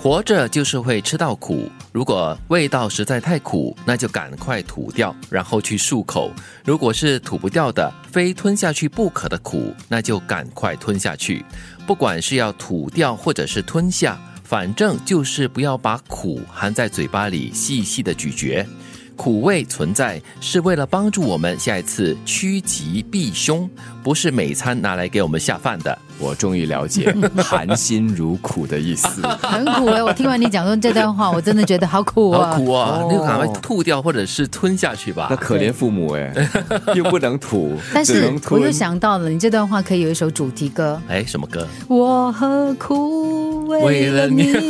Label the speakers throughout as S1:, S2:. S1: 活着就是会吃到苦，如果味道实在太苦，那就赶快吐掉，然后去漱口；如果是吐不掉的，非吞下去不可的苦，那就赶快吞下去。不管是要吐掉或者是吞下，反正就是不要把苦含在嘴巴里细细的咀嚼。苦味存在是为了帮助我们下一次趋吉避凶，不是每餐拿来给我们下饭的。
S2: 我终于了解“含辛茹苦”的意思。
S3: 很苦哎、我听完你讲说这段话，我真的觉得好苦
S1: 好
S3: 啊！
S1: 苦啊！
S2: 哦
S1: 那就赶快吐掉或者是吞下去吧
S2: 那。可怜父母哎，又不能吐，
S3: 但
S2: 只
S3: 是
S2: 能
S3: 我
S2: 吞
S3: 又想到了，你这段话可以有一首主题歌，
S1: 哎，什么歌？
S3: 我何苦为
S1: 为
S3: 了
S1: 了
S3: 你
S1: 你？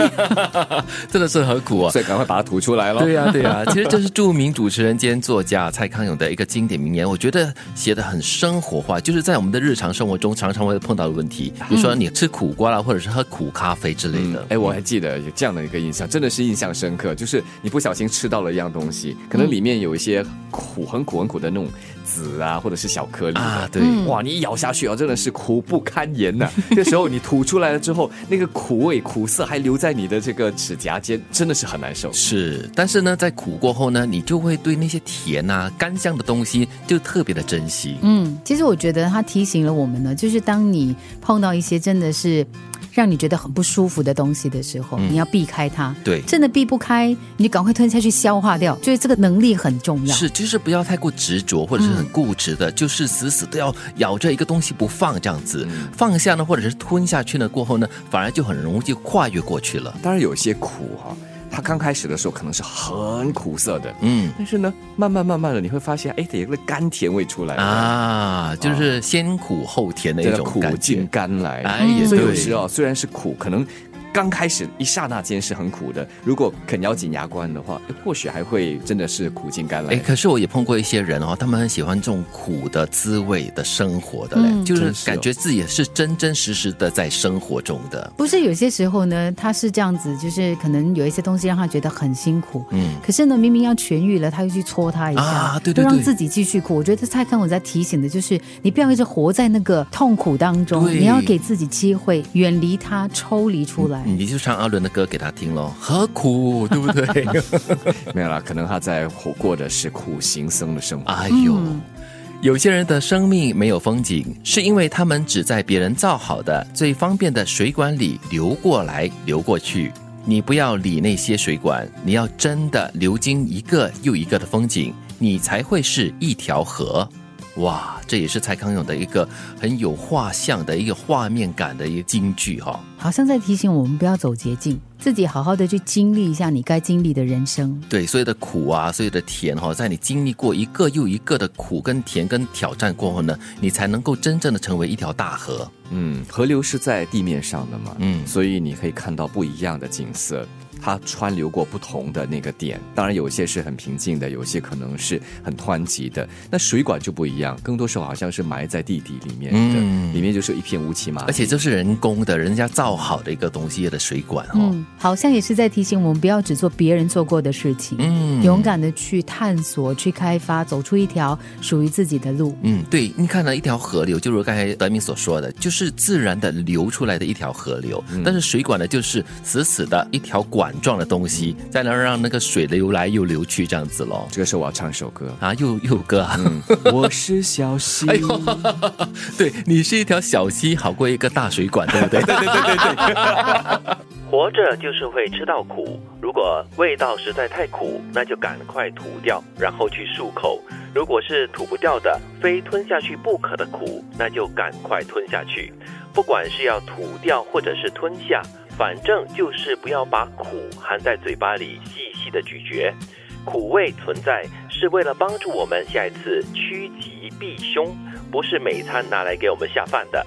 S1: 真的是很苦啊！
S2: 所以赶快把它吐出来了。
S1: 对呀、对 呀、其实这是著名主持人兼作家蔡康永的一个经典名言，我觉得写的很生活化，就是在我们的日常生活中常常会碰到的问题，比如说你吃苦瓜啦，或者是喝苦咖啡之类的
S2: 哎、。我还记得有这样的一个印象，真的是印象深刻，就是你不小心吃到了一样东西，可能里面有一些苦、很苦、很苦的那种籽啊，或者是小颗粒的
S1: 啊，对，
S2: 哇，你一咬下去啊，真的是苦不堪言呐、这时候你吐出来了之后，那个苦味、苦涩还留在你的这个指甲间，真的是很难受。
S1: 是，但是呢，在苦过后呢，你就会对那些甜啊、甘香的东西就特别的珍惜。
S3: 嗯，其实我觉得他提醒了我们呢，就是当你碰到一些真的是让你觉得很不舒服的东西的时候，你要避开它。
S1: 嗯对
S3: 真的避不开，你就赶快吞下去消化掉，所以这个能力很重要。
S1: 是，就是不要太过执着，或者是很固执的，就是死死都要咬着一个东西不放，这样子、放下呢，或者是吞下去呢，过后呢，反而就很容易就跨越过去了。
S2: 当然有一些苦哈、它刚开始的时候可能是很苦涩的，
S1: 嗯
S2: 但是呢，慢慢慢慢的你会发现，哎，有一个甘甜味出来了。
S1: 啊，就是先苦后甜的一
S2: 这个
S1: 种
S2: 苦
S1: 感
S2: 尽
S1: 觉。
S2: 甘来。
S1: 哎也
S2: 所以
S1: 对
S2: 有时哦，虽然是苦，可能刚开始一刹那间是很苦的，如果肯咬紧牙关的话，哎或许还会真的是苦尽甘来。
S1: 哎，可是我也碰过一些人哦，他们很喜欢这种苦的滋味的生活的嘞，
S3: 嗯
S1: 就是
S2: 真是哦
S1: 感觉自己是真真实实的在生活中的。
S3: 不是有些时候呢，他是这样子，就是可能有一些东西让他觉得很辛苦，
S1: 嗯
S3: 可是呢，明明要痊愈了，他又去戳他一下，
S1: 啊对对
S3: 就让
S1: 对
S3: 自己继续苦。我觉得蔡康永在提醒的就是，你不要一直活在那个痛苦当中，
S1: 对
S3: 你要给自己机会，远离它，抽离出来。
S1: 嗯你就唱阿伦的歌给他听咯，何苦，对不对？
S2: 没有啦，可能他在火过的是苦行僧的生活。
S1: 哎呦，有些人的生命没有风景，是因为他们只在别人造好的最方便的水管里流过来流过去。你不要理那些水管，你要真的流经一个又一个的风景，你才会是一条河。哇，这也是蔡康永的一个很有画像的一个画面感的一个金句哈、
S3: 好像在提醒我们不要走捷径，自己好好的去经历一下你该经历的人生。
S1: 对，所有的苦啊，所有的甜哈、在你经历过一个又一个的苦跟甜跟挑战过后呢，你才能够真正的成为一条大河。
S2: 嗯，河流是在地面上的嘛，
S1: 嗯
S2: 所以你可以看到不一样的景色。它穿流过不同的那个点，当然有些是很平静的，有些可能是很湍急的。那水管就不一样，更多时候好像是埋在地底里面的，
S1: 嗯
S2: 里面就是一片乌漆嘛黑。
S1: 而且这是人工的，人家造好的一个东西的水管哦。
S3: 嗯，好像也是在提醒我们不要只做别人做过的事情，
S1: 嗯
S3: 勇敢的去探索、去开发，走出一条属于自己的路。
S1: 嗯，对，你看到一条河流，就如刚才德明所说的，就是自然的流出来的一条河流，但是水管呢，就是死死的一条管状的东西，在那儿让那个水流来又流去这样子咯。
S2: 这个时候我要唱一首歌，
S1: 啊，又又有歌啊！
S2: 嗯，我是小溪。
S1: 哎呦， 对你是一条小溪，好过一个大水管，对不对？对对对对对。活着就是会吃到苦，如果味道实在太苦，那就赶快吐掉，然后去漱口；如果是吐不掉的，非吞下去不可的苦，那就赶快吞下去。不管是要吐掉或者是吞下，反正就是不要把苦含在嘴巴里细细的咀嚼。苦味存在是为了帮助我们下一次趋吉避凶，不是每餐拿来给我们下饭的。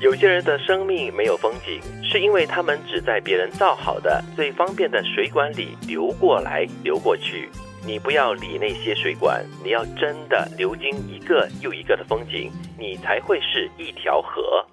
S1: 有些人的生命没有风景，是因为他们只在别人造好的最方便的水管里流过来流过去。你不要理那些水管，你要真的流经一个又一个的风景，你才会是一条河。